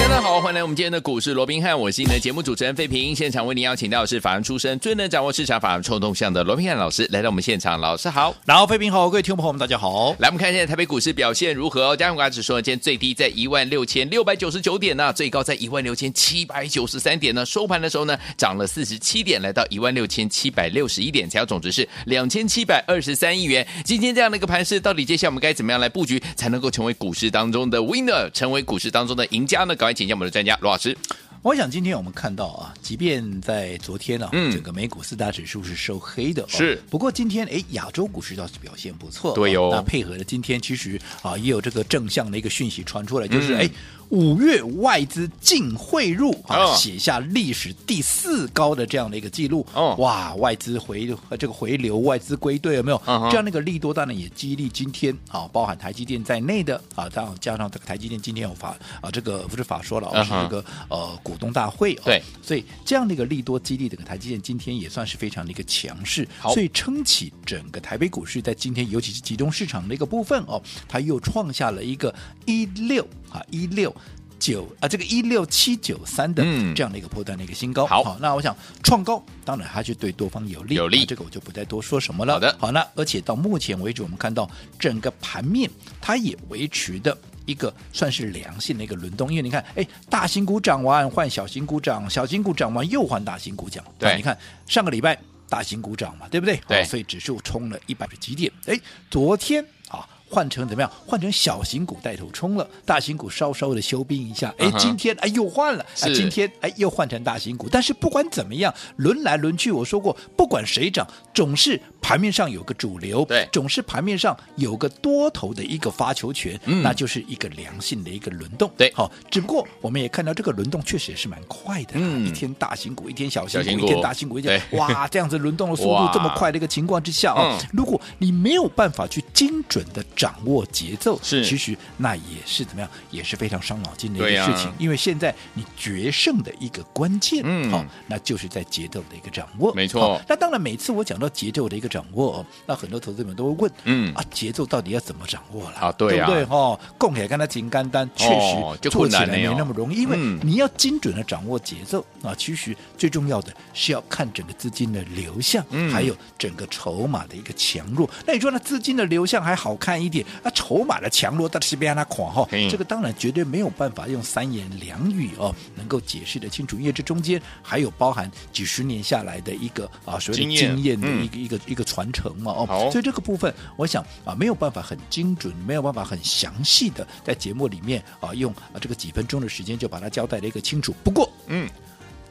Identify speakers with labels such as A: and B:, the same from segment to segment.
A: 大家好，欢迎来我们今天的股市罗宾汉，我是你的节目主持人费平。现场为您邀请到的是法案出身、最能掌握市场法案臭动向的罗宾汉老师来到我们现场，老师好。
B: 然后，飞平好，各位听众朋友们，大家好。
A: 来，我们看一下台北股市表现如何、哦？加权股价指数呢，今天最低在一万六千六百九十九点呢、最高在一万六千七百九十三点呢。收盘的时候呢，涨了四十七点，来到一万六千七百六十一点，成交总值是两千七百二十三亿元。今天这样的一个盘势，到底接下来我们该怎么样来布局，才能够成为股市当中的 winner，成为股市当中的赢家呢？赶快请教我们的专家罗老师。
B: 我想今天我们看到啊，即便在昨天啊，
A: 嗯
B: 整个美股四大指数是收黑的、哦，
A: 是
B: 不过今天哎，亚洲股市倒是表现不错、
A: 对哦
B: 那配合了今天其实啊，也有这个正向的一个讯息传出来，就是
A: 嗯
B: 哎。五月外资净汇入啊
A: 哦，
B: 写下历史第四高的这样的一个记录。
A: 哦
B: 哇，外资回呃这个回流，外资归队有没有？
A: 嗯哼
B: 这样那个利多当然也激励今天啊，包含台积电在内的啊，当然加上这个台积电今天有法啊，这个不是法说了，
A: 嗯
B: 是
A: 哼
B: 这个呃股东大会、哦，
A: 对，
B: 所以这样的一个利多激励，整个台积电今天也算是非常的一个强势，
A: 好
B: 所以撑起整个台北股市在今天，尤其是集中市场的一个部分哦，它又创下了一个一六啊一六。九啊，这个一六七九三的
A: 嗯
B: 这样的一个波段的一个新高。
A: 好
B: 那我想创高，当然它就对多方有利，
A: 有利
B: 啊这个我就不再多说什么了。
A: 好的
B: 好，那而且到目前为止，我们看到整个盘面它也维持的。一个算是良性的一个轮动，因为你看，哎，大新股涨完换小新股涨，小新股涨完又换大新股涨，
A: 对
B: 那你看上个礼拜大新股涨嘛，对不对？
A: 对
B: 好所以指数冲了一百几点。哎，昨天啊换成怎么样？换成小型股带头冲了，大型股稍稍的休兵一下。哎
A: 嗯，哼
B: 今天哎又换了，哎
A: 是
B: 今天哎又换成大型股。但是不管怎么样，轮来轮去，我说过，不管谁涨，总是盘面上有个主流，
A: 对
B: 总是盘面上有个多头的一个发球权，
A: 嗯
B: 那就是一个良性的一个轮动。
A: 对
B: 好、只不过我们也看到这个轮动确实也是蛮快的啦，
A: 嗯
B: 一天大型股，一天小型
A: 小型股
B: 股，一天大型股，一天
A: 对
B: 哇，这样子轮动的速度
A: 哇
B: 这么快的一个情况之下啊、
A: 嗯
B: 如果你没有办法去精准的掌握节奏，
A: 是
B: 其实那也是怎么样，也是非常伤脑筋的一
A: 对
B: 个
A: 呀
B: 事情，因为现在你决胜的一个关键，
A: 嗯
B: 好、那就是在节奏的一个掌握，
A: 没错
B: 好那当然，每次我讲到节奏的一个掌握，哦，那很多投资者都会问，
A: 嗯
B: 啊，节奏到底要怎么掌握啦？
A: 啊对呀
B: 不对？哦，供给跟它挺干单，确
A: 哦
B: 实
A: 就
B: 做
A: 困
B: 起
A: 难
B: 来
A: 了
B: 没
A: 哟
B: 那么容易，因为
A: 嗯
B: 你要精准的掌握节奏啊。其实最重要的是要看整个资金的流向，
A: 嗯
B: 还有整个筹码的一个强弱。那你说那资金的流向还好看一点，那筹码的强弱到底是被让它垮哈
A: 嗯？
B: 这个当然绝对没有办法用三言两语哦能够解释的清楚，因为这中间还有包含几十年下来的一个啊所谓
A: 经
B: 的
A: 验
B: 经验的
A: 嗯
B: 一个、一个一个传承嘛哦。
A: 好
B: 所以这个部分，我想啊，没有办法很精准，没有办法很详细的在节目里面啊，用啊这个几分钟的时间就把它交代的一个清楚。不过
A: 嗯，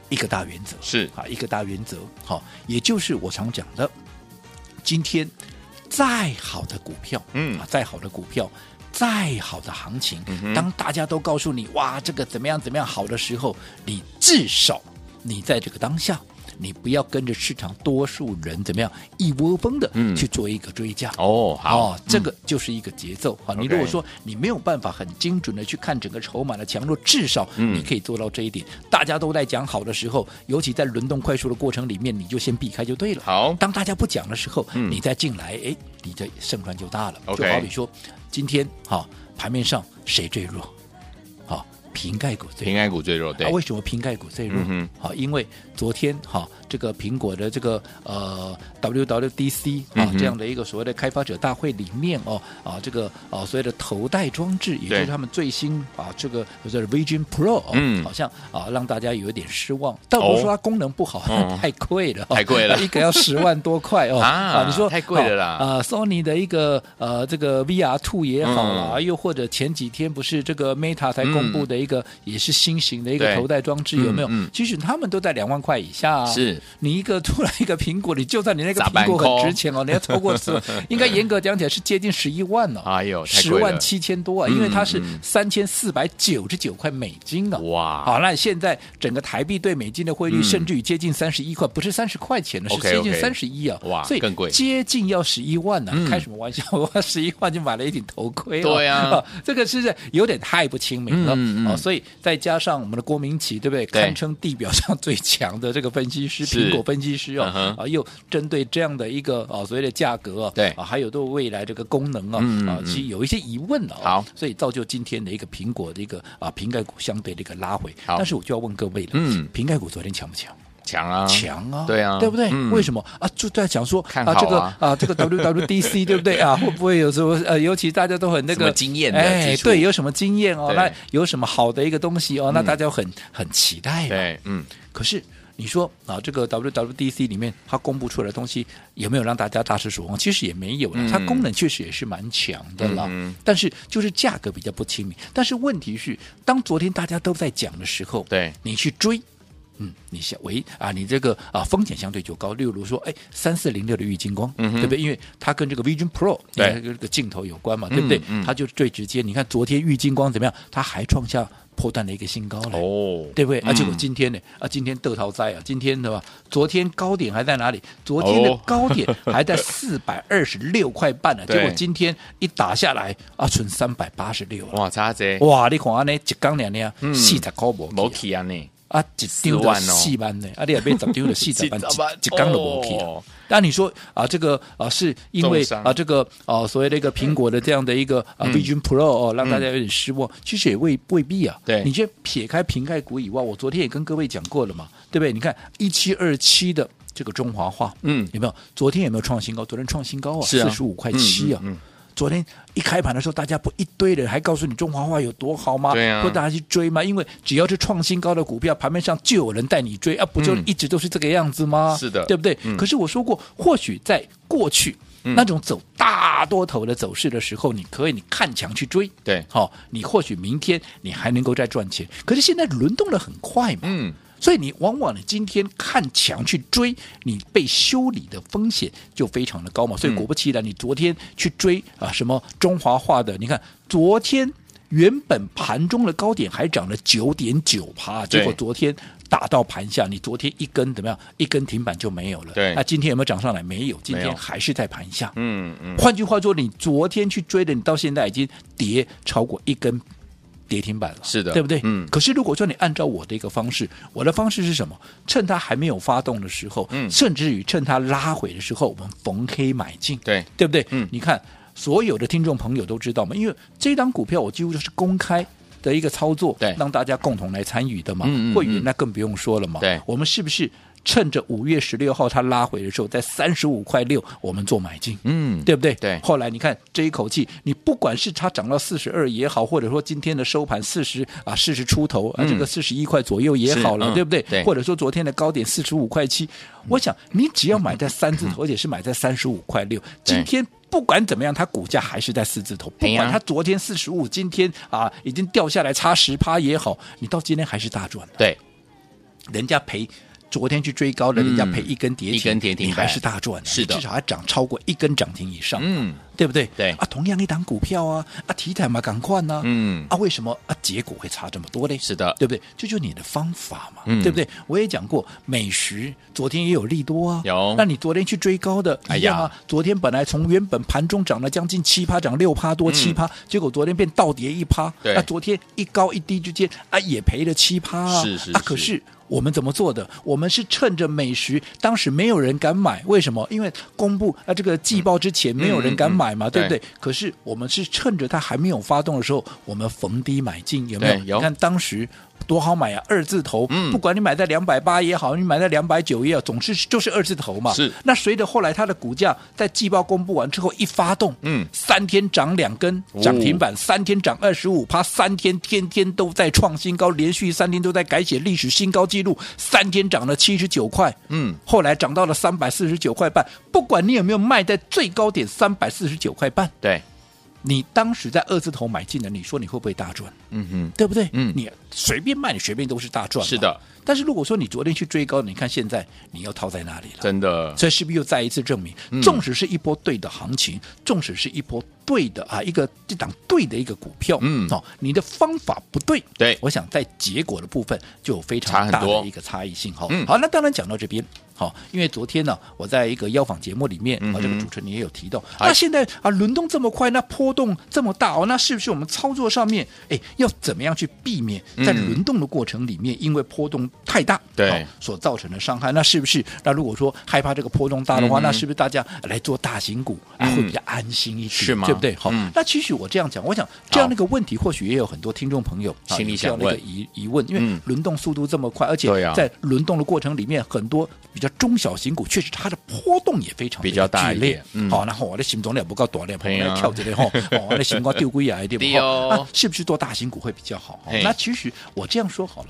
B: 一个大原则
A: 是
B: 啊，一个大原则，好、也就是我常讲的，今天再好的股票，
A: 嗯嗯
B: 啊，再好的股票。再好的行情，
A: 哼
B: 当大家都告诉你哇，这个怎么样怎么样好的时候，你至少你在这个当下，你不要跟着市场多数人怎么样一窝蜂的
A: 嗯
B: 去做一个追加。
A: 哦，好，
B: 哦，这个就是一个节奏啊！你
A: OK
B: 如果说你没有办法很精准的去看整个筹码的强弱，至少
A: 嗯
B: 你可以做到这一点。大家都在讲好的时候，尤其在轮动快速的过程里面，你就先避开就对了。
A: 好
B: 当大家不讲的时候，
A: 嗯
B: 你再进来，哎，你的胜算就大了。
A: OK
B: 就好比说，今天好、盘面上谁最弱？好、瓶盖股最弱
A: 平安股最弱，对
B: 啊、，为什么瓶盖股最弱？
A: 嗯
B: 好、因为昨天哈、这个苹果的这个呃 WWDC 啊、
A: 嗯哼
B: 这样的一个所谓的开发者大会里面哦啊这个啊所谓的头戴装置，也就
A: 对
B: 是他们最新啊这个叫做 Vision Pro，、哦、
A: 嗯
B: 好像啊让大家有一点失望。但我不是说它功能不好，
A: 哦
B: 太贵了 哦、
A: 太贵了
B: 一个要十万多块 哦
A: 啊
B: 你说
A: 太贵了啦
B: 啊、呃 Sony 的一个呃这个 VR Two 也好啦，
A: 嗯
B: 又或者前几天不是这个 Meta 才公布的一个也是新型的一个
A: 对
B: 头戴装置，有没有？
A: 嗯嗯
B: 其实他们都在两万块以下、啊。
A: 是，
B: 你一个突然一个苹果，你就算你那个
A: 砸
B: 苹
A: 板
B: 果
A: 扣
B: 很值钱哦，你要超过 十万，应该严格讲起来是接近十一万哦。
A: 哎呦，太
B: 十
A: 贵
B: 万
A: 了，
B: 七千多啊，
A: 嗯
B: 因为它是
A: 嗯
B: 三千四百九十九块美金啊。
A: 哇
B: 好，那现在整个台币对美金的汇率
A: 嗯
B: 甚至于接近三十一块，不是三十块钱了，是
A: OK，OK
B: 接近三十一啊！
A: 哇
B: 所以
A: 更贵
B: 接近要十一万呢
A: 嗯，
B: 开什么玩笑？我要十一万就买了一顶头盔了，
A: 对啊
B: 这个是有点太不亲民
A: 嗯嗯嗯
B: 了啊！所以再加上我们的郭明奇，对不对？
A: 对
B: 堪称地表上最强的这个分析师，
A: 是
B: 苹果分析师哦
A: 嗯，哼
B: 啊，又针对这样的一个啊所谓的价格啊，
A: 对
B: 啊，还有对未来这个功能啊
A: 嗯嗯
B: 啊
A: 嗯，
B: 其实有一些疑问了哦。
A: 好
B: 所以造就今天的一个苹果的一个啊瓶盖股相对的一个拉回。
A: 好
B: 但是我就要问各位了，
A: 嗯
B: 瓶盖股昨天强不强？
A: 强啊，
B: 强啊，
A: 对啊
B: 对不对？
A: 嗯
B: 为什么啊？就在讲说
A: 看好啊
B: 这个啊，这 个 WWDC 对不对啊？会不会有时候呃，尤其大家都很那
A: 什么
B: 个
A: 经验的
B: 哎
A: 基，础
B: 对，有什么经验哦？
A: 对嗯
B: 那有什么好的一个东西哦？那大家很很期待嘛。
A: 对，嗯，
B: 可是。你说啊，这个 WWDC 里面它公布出来的东西有没有让大家大失所望？其实也没有了，
A: 嗯
B: 它功能确实也是蛮强的了，
A: 嗯
B: 但是就是价格比较不亲民。但是问题是，当昨天大家都在讲的时候，
A: 对，
B: 你去追。嗯，你想喂啊，你这个啊风险相对就高。例如说，哎，三四零六的玉金光，
A: 嗯哼
B: 对不对？因为它跟这个 Vision Pro
A: 对
B: 你看跟这个镜头有关嘛，对不对？
A: 嗯
B: 它就是最直接。你看昨天玉金光怎么样？它还创下破断的一个新高了。
A: 哦，
B: 对不对？啊，
A: 嗯
B: 结果今天呢？啊，今天得逃灾啊！今天的吧？昨天高点还在哪里？昨天的
A: 哦
B: 高点还 在四百二十六块半呢、
A: 对
B: 结果今天一打下来啊，存三百八十六了。
A: 哇，差这，
B: 哇，你看安尼一缸两两
A: 哦嗯
B: 四十块无
A: 没
B: 去
A: 起啊呢，
B: 啊，啊一张
A: 四
B: 就
A: 万哦
B: 四万呢，啊，你也买十张就 四十万，
A: 四十万
B: 一一缸都无去了
A: 哦。
B: 那你说啊，这个啊，是因为
A: 重伤
B: 啊，这个啊，所谓的一个苹果的这样的一个啊
A: 嗯
B: Vision Pro 哦，让大家有点失望，其实也未未必啊。
A: 对
B: 你这撇开瓶盖股以外，我昨天也跟各位讲过了嘛，对不对？你看一七二七的这个中华化，
A: 嗯
B: 有没有？昨天有没有创新高？昨天创新高啊，
A: 是啊
B: 四十五块七啊。
A: 嗯嗯嗯
B: 昨天一开盘的时候，大家不一堆人还告诉你中华化有多好吗？
A: 对啊
B: 不大家去追吗？因为只要是创新高的股票，盘面上就有人带你追啊，不就
A: 嗯
B: 一直都是这个样子吗？
A: 是的
B: 对不对？
A: 嗯
B: 可是我说过，或许在过去。那种走大多头的走势的时候，你可以你看强去追，
A: 对
B: 好、你或许明天你还能够再赚钱。可是现在轮动的很快嘛，
A: 嗯，
B: 所以你往往你今天看强去追，你被修理的风险就非常的高嘛。所
A: 嗯
B: 以果不其然，你昨天去追啊什么中华化的，你看昨天原本盘中的高点还涨了九点九趴，
A: 对
B: 结果昨天打到盘下，你昨天一根怎么样？一根停板就没有了。
A: 对
B: 那今天有没有涨上来？没有，今
A: 没
B: 天
A: 有
B: 还是在盘下。
A: 嗯嗯，
B: 换句话说，你昨天去追的，你到现在已经跌超过一根跌停板了，
A: 是的
B: 对不对？
A: 嗯
B: 可是如果说你按照我的一个方式，我的方式是什么？趁它还没有发动的时候，
A: 嗯
B: 甚至于趁它拉回的时候，我们逢黑买进，
A: 对，
B: 对不对？
A: 嗯
B: 你看所有的听众朋友都知道嘛，因为这档股票我几乎就是公开。的一个操作，
A: 对
B: 让大家共同来参与的嘛，
A: 嗯嗯嗯
B: 会员那更不用说了嘛。
A: 对
B: 我们是不是趁着五月十六号它拉回的时候，在三十五块六我们做买进？
A: 嗯，
B: 对不对？
A: 对
B: 后来你看这一口气，你不管是它涨到四十二也好，或者说今天的收盘四十啊四十出头啊，
A: 嗯
B: 这个四十一块左右也好了，
A: 是嗯
B: 对不对？
A: 对嗯
B: 或者说昨天的高点四十五块七，我想你只要买在三字头，而且是买在三十五块六，今天。不管怎么样，它股价还是在四字头。不
A: 哎呀
B: 管它昨天四十五，今天啊已经掉下来差十趴也好，你到今天还是大赚的。
A: 对，
B: 人家赔昨天去追高的，人家赔一根跌
A: 嗯
B: 停，
A: 一根跌停
B: 你
A: 板
B: 还是大赚的，
A: 是的
B: 你至少还涨超过一根涨停以上，
A: 嗯
B: 对不对？
A: 对
B: 啊，同样一档股票啊，啊，题材嘛，赶快呢，
A: 嗯，
B: 啊，为什么啊结果会差这么多嘞？
A: 是的，
B: 对不对？这就是你的方法嘛，
A: 嗯
B: 对不对？我也讲过，美食昨天也有利多啊，
A: 有
B: 那你昨天去追高的，
A: 哎呀
B: 一样啊。昨天本来从原本盘中涨了将近七趴，涨六趴多七趴、结果昨天变倒跌一趴。
A: 嗯对
B: 那昨天一高一低之间啊，也赔了七趴啊。
A: 是是
B: 啊
A: 是，
B: 可是。我们怎么做的？我们是趁着美食当时没有人敢买，为什么？因为公布啊这个季报之前没有人敢买
A: 嗯
B: 嘛，
A: 嗯嗯
B: 对不
A: 对
B: 对？可是我们是趁着它还没有发动的时候，我们逢低买进，有没有？
A: 对有
B: 你看当时多好买啊，二字头，
A: 嗯
B: 不管你买在两百八也好，你买在两百九也好，总之就是二字头嘛。
A: 是
B: 那随着后来它的股价在季报公布完之后一发动，
A: 嗯
B: 三天涨两根涨停板，三天涨二十五趴，三天天天都在创新高，连续三天都在改写历史新高纪录，三天涨了七十九块，
A: 嗯，
B: 后来涨到了三百四十九块半。不管你有没有卖在最高点三百四十九块半，
A: 对，
B: 你当时在二字头买进的，你说你会不会大赚？
A: 嗯哼，
B: 对不对？
A: 嗯
B: 你随便卖，你随便都是大赚。
A: 是的。
B: 但是如果说你昨天去追高，你看现在你又套在哪里了？
A: 真的，
B: 所以是不是又再一次证明，
A: 嗯
B: 纵使是一波对的行情，纵使是一波对的啊，一个这档对的一个股票，
A: 嗯
B: 哦，你的方法不对，
A: 对
B: 我想在结果的部分就有非
A: 差
B: 常
A: 很
B: 大
A: 多
B: 的一个差异性哈、哦
A: 嗯
B: 好，那当然讲到这边。好，因为昨天呢，我在一个邀访节目里面，
A: 嗯
B: 啊、
A: 哼
B: 这个主持人也有提到，
A: 哎
B: 那现在啊轮动这么快，那波动这么大哦，那是不是我们操作上面，哎，要怎么样去避免在
A: 嗯
B: 轮动的过程里面，因为波动太大，
A: 对
B: 好所造成的伤害，那是不是？那如果说害怕这个波动大的
A: 嗯
B: 话，
A: 哼
B: 那是不是大家呃来做大型股、啊、
A: 嗯
B: 会比较安心一点？
A: 是吗
B: 对不对？好，
A: 嗯
B: 那其实我这样讲，我想这样的一个问题，或许也有很多听众朋友啊
A: 心里
B: 有这样
A: 想
B: 的一个
A: 问
B: 疑疑问，因
A: 嗯
B: 为轮动速度这么快，而且
A: 对啊
B: 在轮动的过程里面，很多比较中小型股确实它的波动也非常
A: 比较
B: 地
A: 大一
B: 剧
A: 点
B: 烈。
A: 嗯
B: 好，然后我的心中也不够大量，我
A: 对啊
B: 来跳起来哈，哦， 我的心肝丢龟啊，对不
A: 对哦
B: 那是不是做大型股会比较好？哦
A: 嘿
B: 那其实我这样说好了，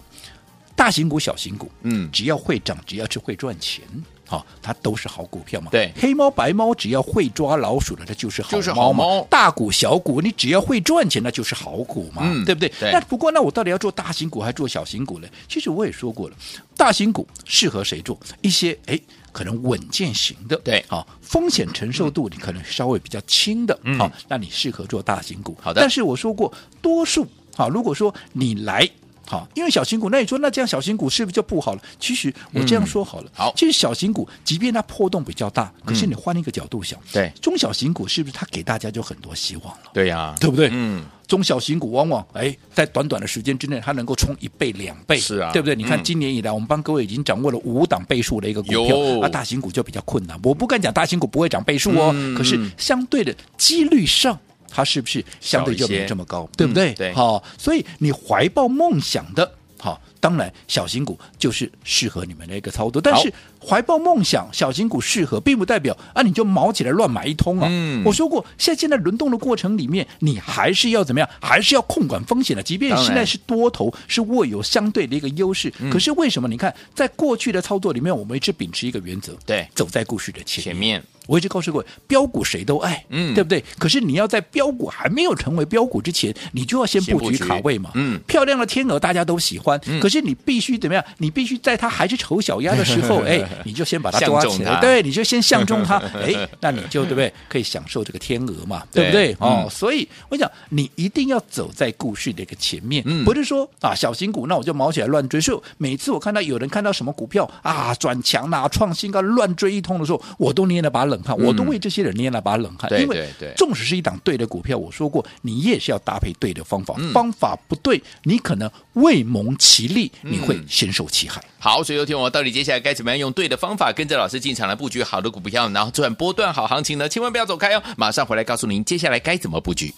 B: 大型股、小型股，
A: 嗯
B: 只要会涨，只要是会赚钱，好、它都是好股票嘛。
A: 对
B: 黑猫白猫，只要会抓老鼠的，它就是好
A: 就是好
B: 猫嘛。
A: 猫
B: 大股小股，你只要会赚钱，那就是好股嘛，
A: 嗯
B: 对不对？
A: 对
B: 那不过，那我到底要做大型股还是做小型股呢？其实我也说过了，大型股适合谁做？一些哎。可能稳健型的，
A: 对
B: 好、风险承受度你可能稍微比较轻的，好、
A: 嗯
B: 那你适合做大型股。
A: 好的
B: 但是我说过，多数好、如果说你来。好，因为小型股，那你说那这样小型股是不是就不好了？其实我这样说好了，
A: 嗯好嗯
B: 其实小型股即便它波动比较大，可是你换一个角度想，
A: 对
B: 中小型股是不是它给大家就很多希望了？
A: 对呀，
B: 对不对？
A: 嗯，
B: 中小型股往往哎，在短短的时间之内，它能够冲一倍、两倍，
A: 是啊
B: 对不对？你看
A: 嗯
B: 今年以来，我们帮各位已经掌握了五档倍数的一个股
A: 有
B: 票，啊，大型股就比较困难。我不敢讲大型股不会涨倍数哦，
A: 嗯
B: 可是相对的几率上。它是不是相对
A: 少
B: 就
A: 一
B: 没
A: 些
B: 有这么高，对不对？
A: 嗯对
B: 好、所以你怀抱梦想的，好、当然小型股就是适合你们的一个操作。但
A: 好
B: 是怀抱梦想，小型股适合，并不代表啊你就毛起来乱买一通啊。
A: 嗯
B: 我说过，现在现在轮动的过程里面，你还是要怎么样？还是要控管风险的。即便
A: 嗯当然嗯
B: 现在是多头，是握有相对的一个优势，可是为什么？你看，在过去的操作里面，我们一直秉持一个原则，
A: 对
B: 走在故事的前
A: 前
B: 面。
A: 面
B: 我一直告诉过，标股谁都爱，
A: 嗯
B: 对不对？可是你要在标股还没有成为标股之前，你就要先
A: 先
B: 布
A: 布
B: 局
A: 局
B: 卡位嘛，
A: 嗯
B: 漂亮的天鹅大家都喜欢，可是你必须怎么样？你必须在它还是丑小鸭的时 候，哎，你就先把它抓
A: 相中
B: 起
A: 它
B: 来，对，你就先相 中它，哎，那你就对不对？可以享受这个天鹅嘛，对不
A: 对
B: 对？哦，
A: 嗯
B: 所以我讲，你一定要走在故事的一个前面，
A: 嗯
B: 不是说啊小型股那我就毛起来乱追。所以每次我看到有人看到什么股票啊转强啦、创新高乱追一通的时候，我都捏了把冷汗，我都为这些人捏了把冷汗，
A: 嗯对
B: 因
A: 对
B: 为
A: 对
B: 纵使是一档对的股票，我说过，你也是要搭配对的方法，
A: 嗯
B: 方法不对，你可能未蒙其利，
A: 嗯
B: 你会深受其害。
A: 好，所以有听我到底接下来该怎么样用对的方法，跟着老师进场来布局好的股票，然后赚波段好行情呢？千万不要走开哦，马上回来告诉您接下来该怎么布局。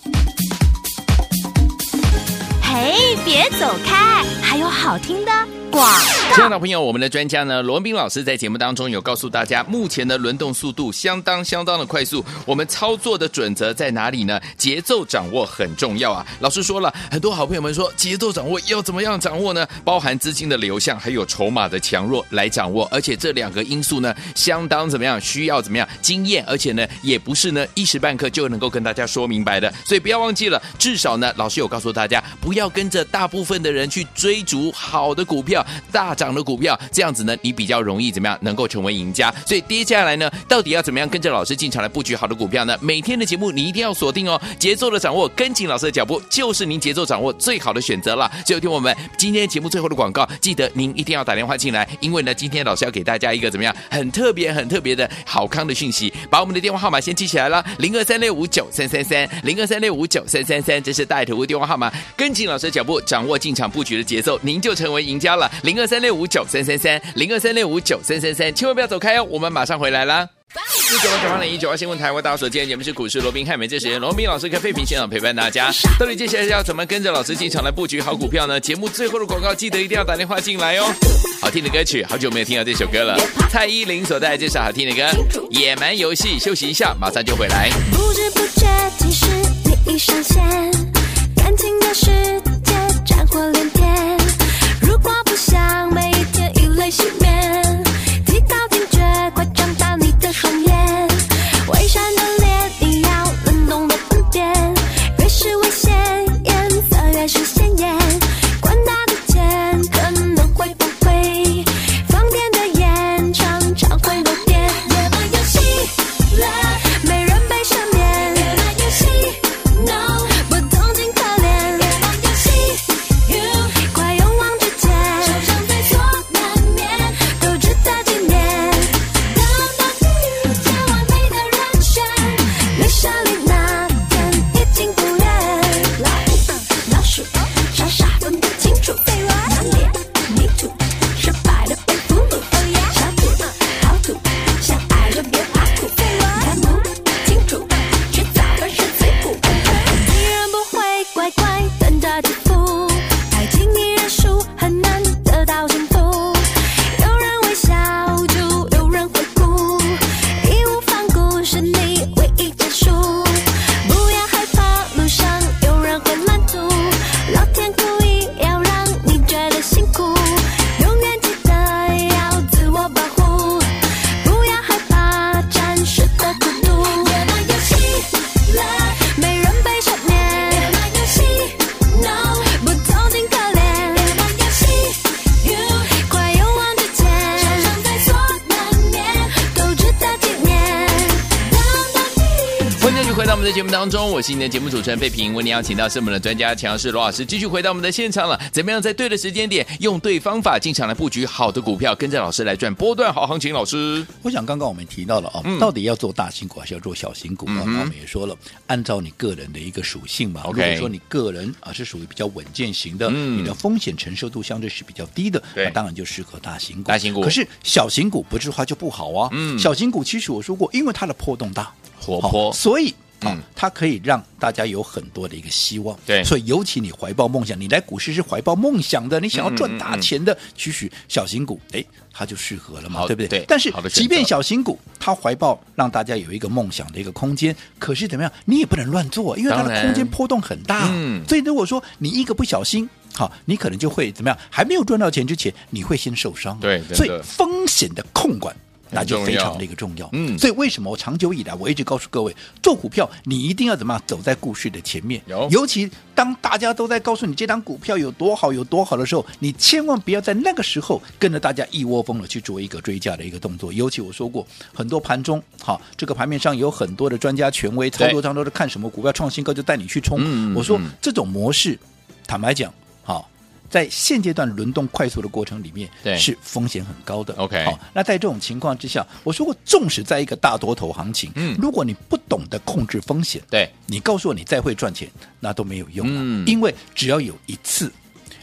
C: 嘿，别走开，还有好听的广。
A: 亲爱的朋友，我们的专家呢，罗文斌老师在节目当中有告诉大家，目前的轮动速度相当相当的快速。我们操作的准则在哪里呢？节奏掌握很重要啊。老师说了，很多好朋友们说，节奏掌握要怎么样掌握呢？包含资金的流向，还有筹码的强弱来掌握。而且这两个因素呢，相当怎么样？需要怎么样经验？而且呢，也不是呢一时半刻就能够跟大家说明白的。所以不要忘记了，至少呢，老师有告诉大家，不要跟着大部分的人去追逐好的股票、大涨的股票，这样子呢，你比较容易怎么样能够成为赢家。所以跌下来呢，到底要怎么样跟着老师进场来布局好的股票呢？每天的节目你一定要锁定哦，节奏的掌握，跟紧老师的脚步，就是您节奏掌握最好的选择了。所以，听我们今天节目最后的广告，记得您一定要打电话进来，因为呢，今天老师要给大家一个怎么样很特别、很特别的好康的讯息，把我们的电话号码先记起来了，零二三六五九三三三，零二三六五九三三三，这是带头的电话号码，跟紧老师的脚步，掌握进场布局的节奏，您就成为赢家了。零二三六五九三三三，零二三六五九三三三，千万不要走开哦，我们马上回来啦。一九九八零一九二新闻台，我大家所见节目是股市罗宾汉，美这时间罗宾老师跟废品现场陪伴大家。到底接下来要怎么跟着老师进场来布局好股票呢？节目最后的广告记得一定要打电话进来哦。好听的歌曲，好久没有听到这首歌了，蔡依林所带来这首好听的歌《野蛮游戏》。休息一下，马上就回来。
D: 不知不觉，其实你已上线，感情的世界战火连天。如果不想每一天以泪洗面，提高警觉，快张大你的双眼。伪善的脸，你要冷冻的分辨，
A: 们的节目当中，我是你的节目主持人费平，为您邀请到是我们的专家强势罗老师，继续回到我们的现场了。怎么样在对的时间点，用对方法进场来布局好的股票，跟着老师来赚波段好行情？老师，
B: 我想刚刚我们提到了啊，到底要做大型股还是要做小型股
A: 嗯
B: 啊？
A: 嗯哼
B: 那我们也说了，按照你个人的一个属性嘛。
A: OK
B: 如果说你个人啊是属于比较稳健型的，
A: 嗯
B: 你的风险承受度相对是比较低的，
A: 对
B: 那当然就适合大型股。
A: 大型股
B: 可是小型股不是话就不好啊。
A: 嗯
B: 小型股其实我说过，因为它的波动大，
A: 活泼
B: 好所以。啊
A: 嗯，
B: 它可以让大家有很多的一个希望，
A: 对
B: 所以尤其你怀抱梦想，你来股市是怀抱梦想的，你想要
A: 嗯嗯
B: 赚
A: 嗯
B: 大钱的，其实小型股，哎，它就适合了嘛，
A: 好
B: 对不对？
A: 对
B: 但是
A: 好的选择
B: 即便小型股，它怀抱让大家有一个梦想的一个空间，可是怎么样，你也不能乱做，因为它
A: 当
B: 的
A: 然
B: 空间波动很大。
A: 嗯
B: 所以如果说你一个不小心，好，你可能就会怎么样？还没有赚到钱之前，你会先受伤。
A: 对真的
B: 所以风险的控管。那就非常的一个重要，
A: 重要嗯
B: 所以为什么我长久以来我一直告诉各位，做股票你一定要怎么样走在故事的前面，
A: 有
B: 尤其当大家都在告诉你这档股票有多好有多好的时候，你千万不要在那个时候跟着大家一窝蜂的去做一个追价的一个动作。尤其我说过，很多盘中好，这个盘面上有很多的专家权威操作当中是看什么股票创新高就带你去冲。
A: 嗯
B: 我说、
A: 嗯
B: 这种模式，坦白讲，好。在现阶段轮动快速的过程里面
A: 对，
B: 是风险很高的。
A: OK
B: 好，那在这种情况之下，我说过，纵使在一个大多头行情，
A: 嗯
B: 如果你不懂得控制风险，
A: 对，
B: 你告诉我你再会赚钱，那都没有用了，
A: 嗯
B: 因为只要有一次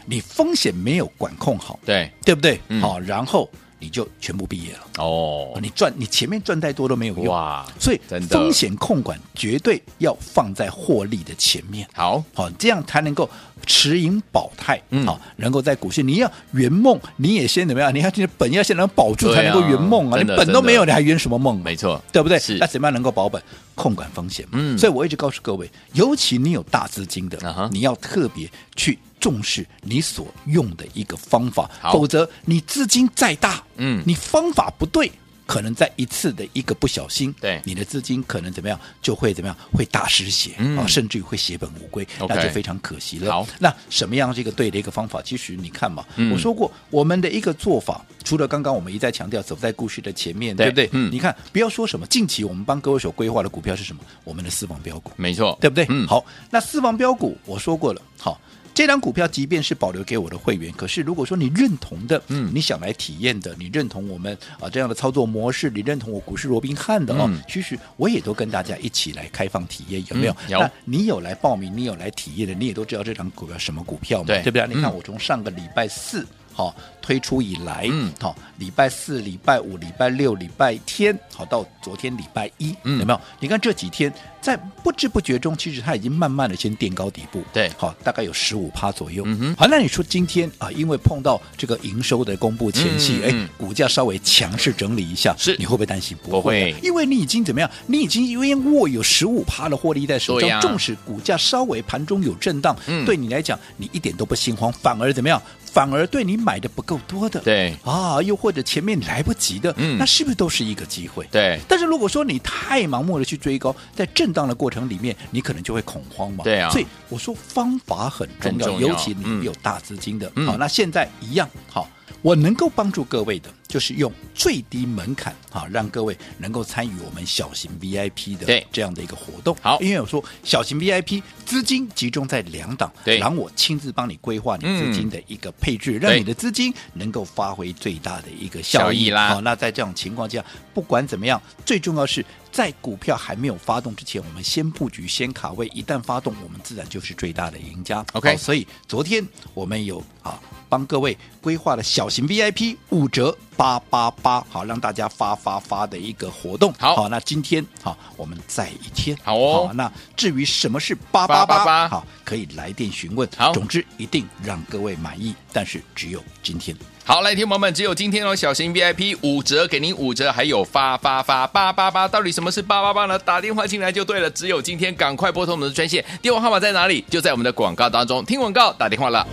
B: 你风险没有管控好，
A: 对，
B: 对不对？
A: 嗯
B: 好，然后你就全部毕业了。
A: 哦，
B: 你赚你前面赚再多都没有用，
A: 哇，
B: 所以
A: 真的
B: 风险控管绝对要放在获利的前面。
A: 好，
B: 好，这样才能够持盈保泰，
A: 嗯
B: 好，能够在股市，你要圆梦，你也先怎么样？你要你的本要先能保住，
A: 对啊
B: 才能够圆梦啊！
A: 真
B: 你
A: 的
B: 本都没有，你还圆什么梦？
A: 没错，
B: 对不对
A: 是？
B: 那怎么样能够保本？控管风险嘛。
A: 嗯
B: 所以我一直告诉各位，尤其你有大资金的
A: 啊哈
B: 你要特别去重视你所用的一个方法，
A: 好
B: 否则你资金再大，
A: 嗯
B: 你方法不对。可能在一次的一个不小心，
A: 对
B: 你的资金可能怎么样，就会怎么样，会大失血、
A: 嗯
B: 啊，甚至于会血本无归
A: OK
B: 那就非常可惜了。
A: 好
B: 那什么样是一个对的一个方法？其实你看嘛，
A: 嗯
B: 我说过我们的一个做法，除了刚刚我们一再强调走在故事的前面，
A: 对
B: 不对？
A: 嗯
B: 你看，不要说什么近期我们帮各位所规划的股票是什么，我们的私房标股，
A: 没错，
B: 对不对？
A: 嗯，
B: 好，那私房标股我说过了，好。这张股票即便是保留给我的会员，可是如果说你认同的，
A: 嗯
B: 你想来体验的，你认同我们啊这样的操作模式，你认同我股市罗宾汉的哦，
A: 嗯
B: 其实我也都跟大家一起来开放体验，有没有？
A: 嗯有
B: 那你有来报名，你有来体验的，你也都知道这张股票什么股票嘛，
A: 对
B: 不对？你看
A: 嗯
B: 我从上个礼拜四。好，推出以来，
A: 嗯
B: 好，礼拜四、礼拜五、礼拜六、礼拜天，好到昨天礼拜一，
A: 嗯
B: 有没有？你看这几天，在不知不觉中，其实它已经慢慢的先垫高底部，
A: 对
B: 好，大概有十五趴左右。
A: 嗯哼
B: 好，那你说今天啊，因为碰到这个营收的公布前夕，
A: 嗯
B: 哎、
A: 嗯
B: 股价稍微强势整理一下，
A: 是
B: 你会不会担心？不
A: 不
B: 会
A: 会
B: 的，因为你已经怎么样？你已经因为握有十五趴的获利在手
A: 对
B: 中，
A: 呀
B: 纵使股价稍微盘中有震荡，
A: 嗯
B: 对你来讲，你一点都不心慌，反而怎么样？反而对你买的不够多的，
A: 对
B: 啊，又或者前面来不及的，
A: 嗯
B: 那是不是都是一个机会？
A: 对，
B: 但是如果说你太盲目的去追高，在震荡的过程里面，你可能就会恐慌嘛。
A: 对啊
B: 所以我说方法很重
A: 很
B: 要，
A: 重要
B: 尤其你
A: 嗯
B: 有大资金的。
A: 嗯
B: 好，那现在一样好。我能够帮助各位的，就是用最低门槛啊，让各位能够参与我们小型 VIP 的
A: 对
B: 这样的一个活动。
A: 好
B: 因为我说小型 VIP 资金集中在两档，
A: 对嗯
B: 然后我亲自帮你规划你资金的一个配置，让
A: 对
B: 你的资金能够发挥最大的一个
A: 效
B: 效
A: 益
B: 益
A: 啦
B: 好，那在这种情况下，不管怎么样，最重要是在股票还没有发动之前，我们先布局、先卡位。一旦发动，我们自然就是最大的赢家。
A: OK
B: 好所以昨天我们有啊帮各位规划了小型 VIP 五折八八八，好让大家发发发的一个活动。
A: 好
B: 那今天好，我们再一天。
A: 好哦
B: 那至于什么是八八八，
A: 888
B: 好，可以来电询问。
A: 好
B: 总之一定让各位满意，但是只有今天。
A: 好，来，听众朋友们，只有今天哦，小型 VIP 五折，给您五折，还有发发发八八八，到底什么是八八八呢？打电话进来就对了，只有今天，赶快拨通我们的专线，电话号码在哪里？就在我们的广告当中，听广告打电话了。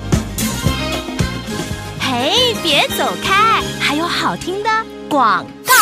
C: 嘿，别走开，还有好听的广告。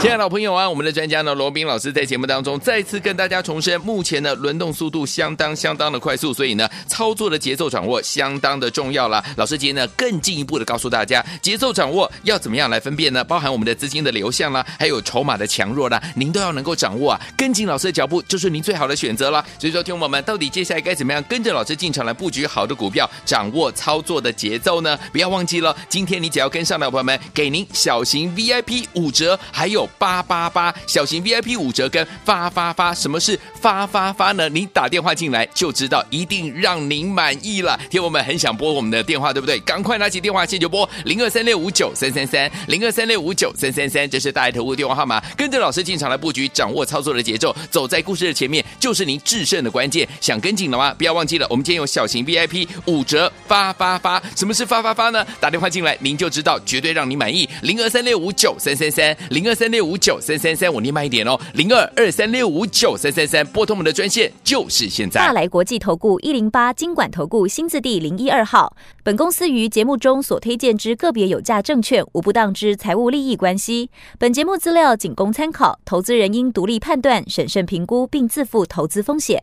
A: 亲爱的老朋友啊，我们的专家呢，罗斌老师在节目当中再次跟大家重申，目前呢轮动速度相当相当的快速，所以呢操作的节奏掌握相当的重要啦。老师今天呢更进一步的告诉大家，节奏掌握要怎么样来分辨呢？包含我们的资金的流向啦，还有筹码的强弱啦，您都要能够掌握啊。跟紧老师的脚步就是您最好的选择啦。所以说，听众朋友们，到底接下来该怎么样跟着老师进场来布局好的股票，掌握操作的节奏呢？不要忘记了，今天你只要跟上的朋友们，给您小型 VIP 五折，还有八八八小型 VIP 五折跟发发发。什么是发发发呢？你打电话进来就知道，一定让您满意了。听我们很想拨我们的电话，对不对？赶快拿起电话线就拨零二三六五九三三三零二三六五九三三三，这是大爱投顾电话号码。跟着老师进场来布局，掌握操作的节奏，走在故事的前面，就是您制胜的关键。想跟紧了吗？不要忘记了，我们今天有小型 VIP 五折发发发。什么是发发发呢？打电话进来您就知道，绝对让你满意。零二三六五九三三三零二三六五九三三三，我念慢一点哦，零二二三六五九三三三，拨通我们的专线就是现在
C: 大。来国际投顾一零八金管投顾新字第零一二号。本公司于节目中所推荐之个别有价证券，无不当之财务利益关系。本节目资料仅供参考，投资人应独立判断、审慎评估，并自负投资风险。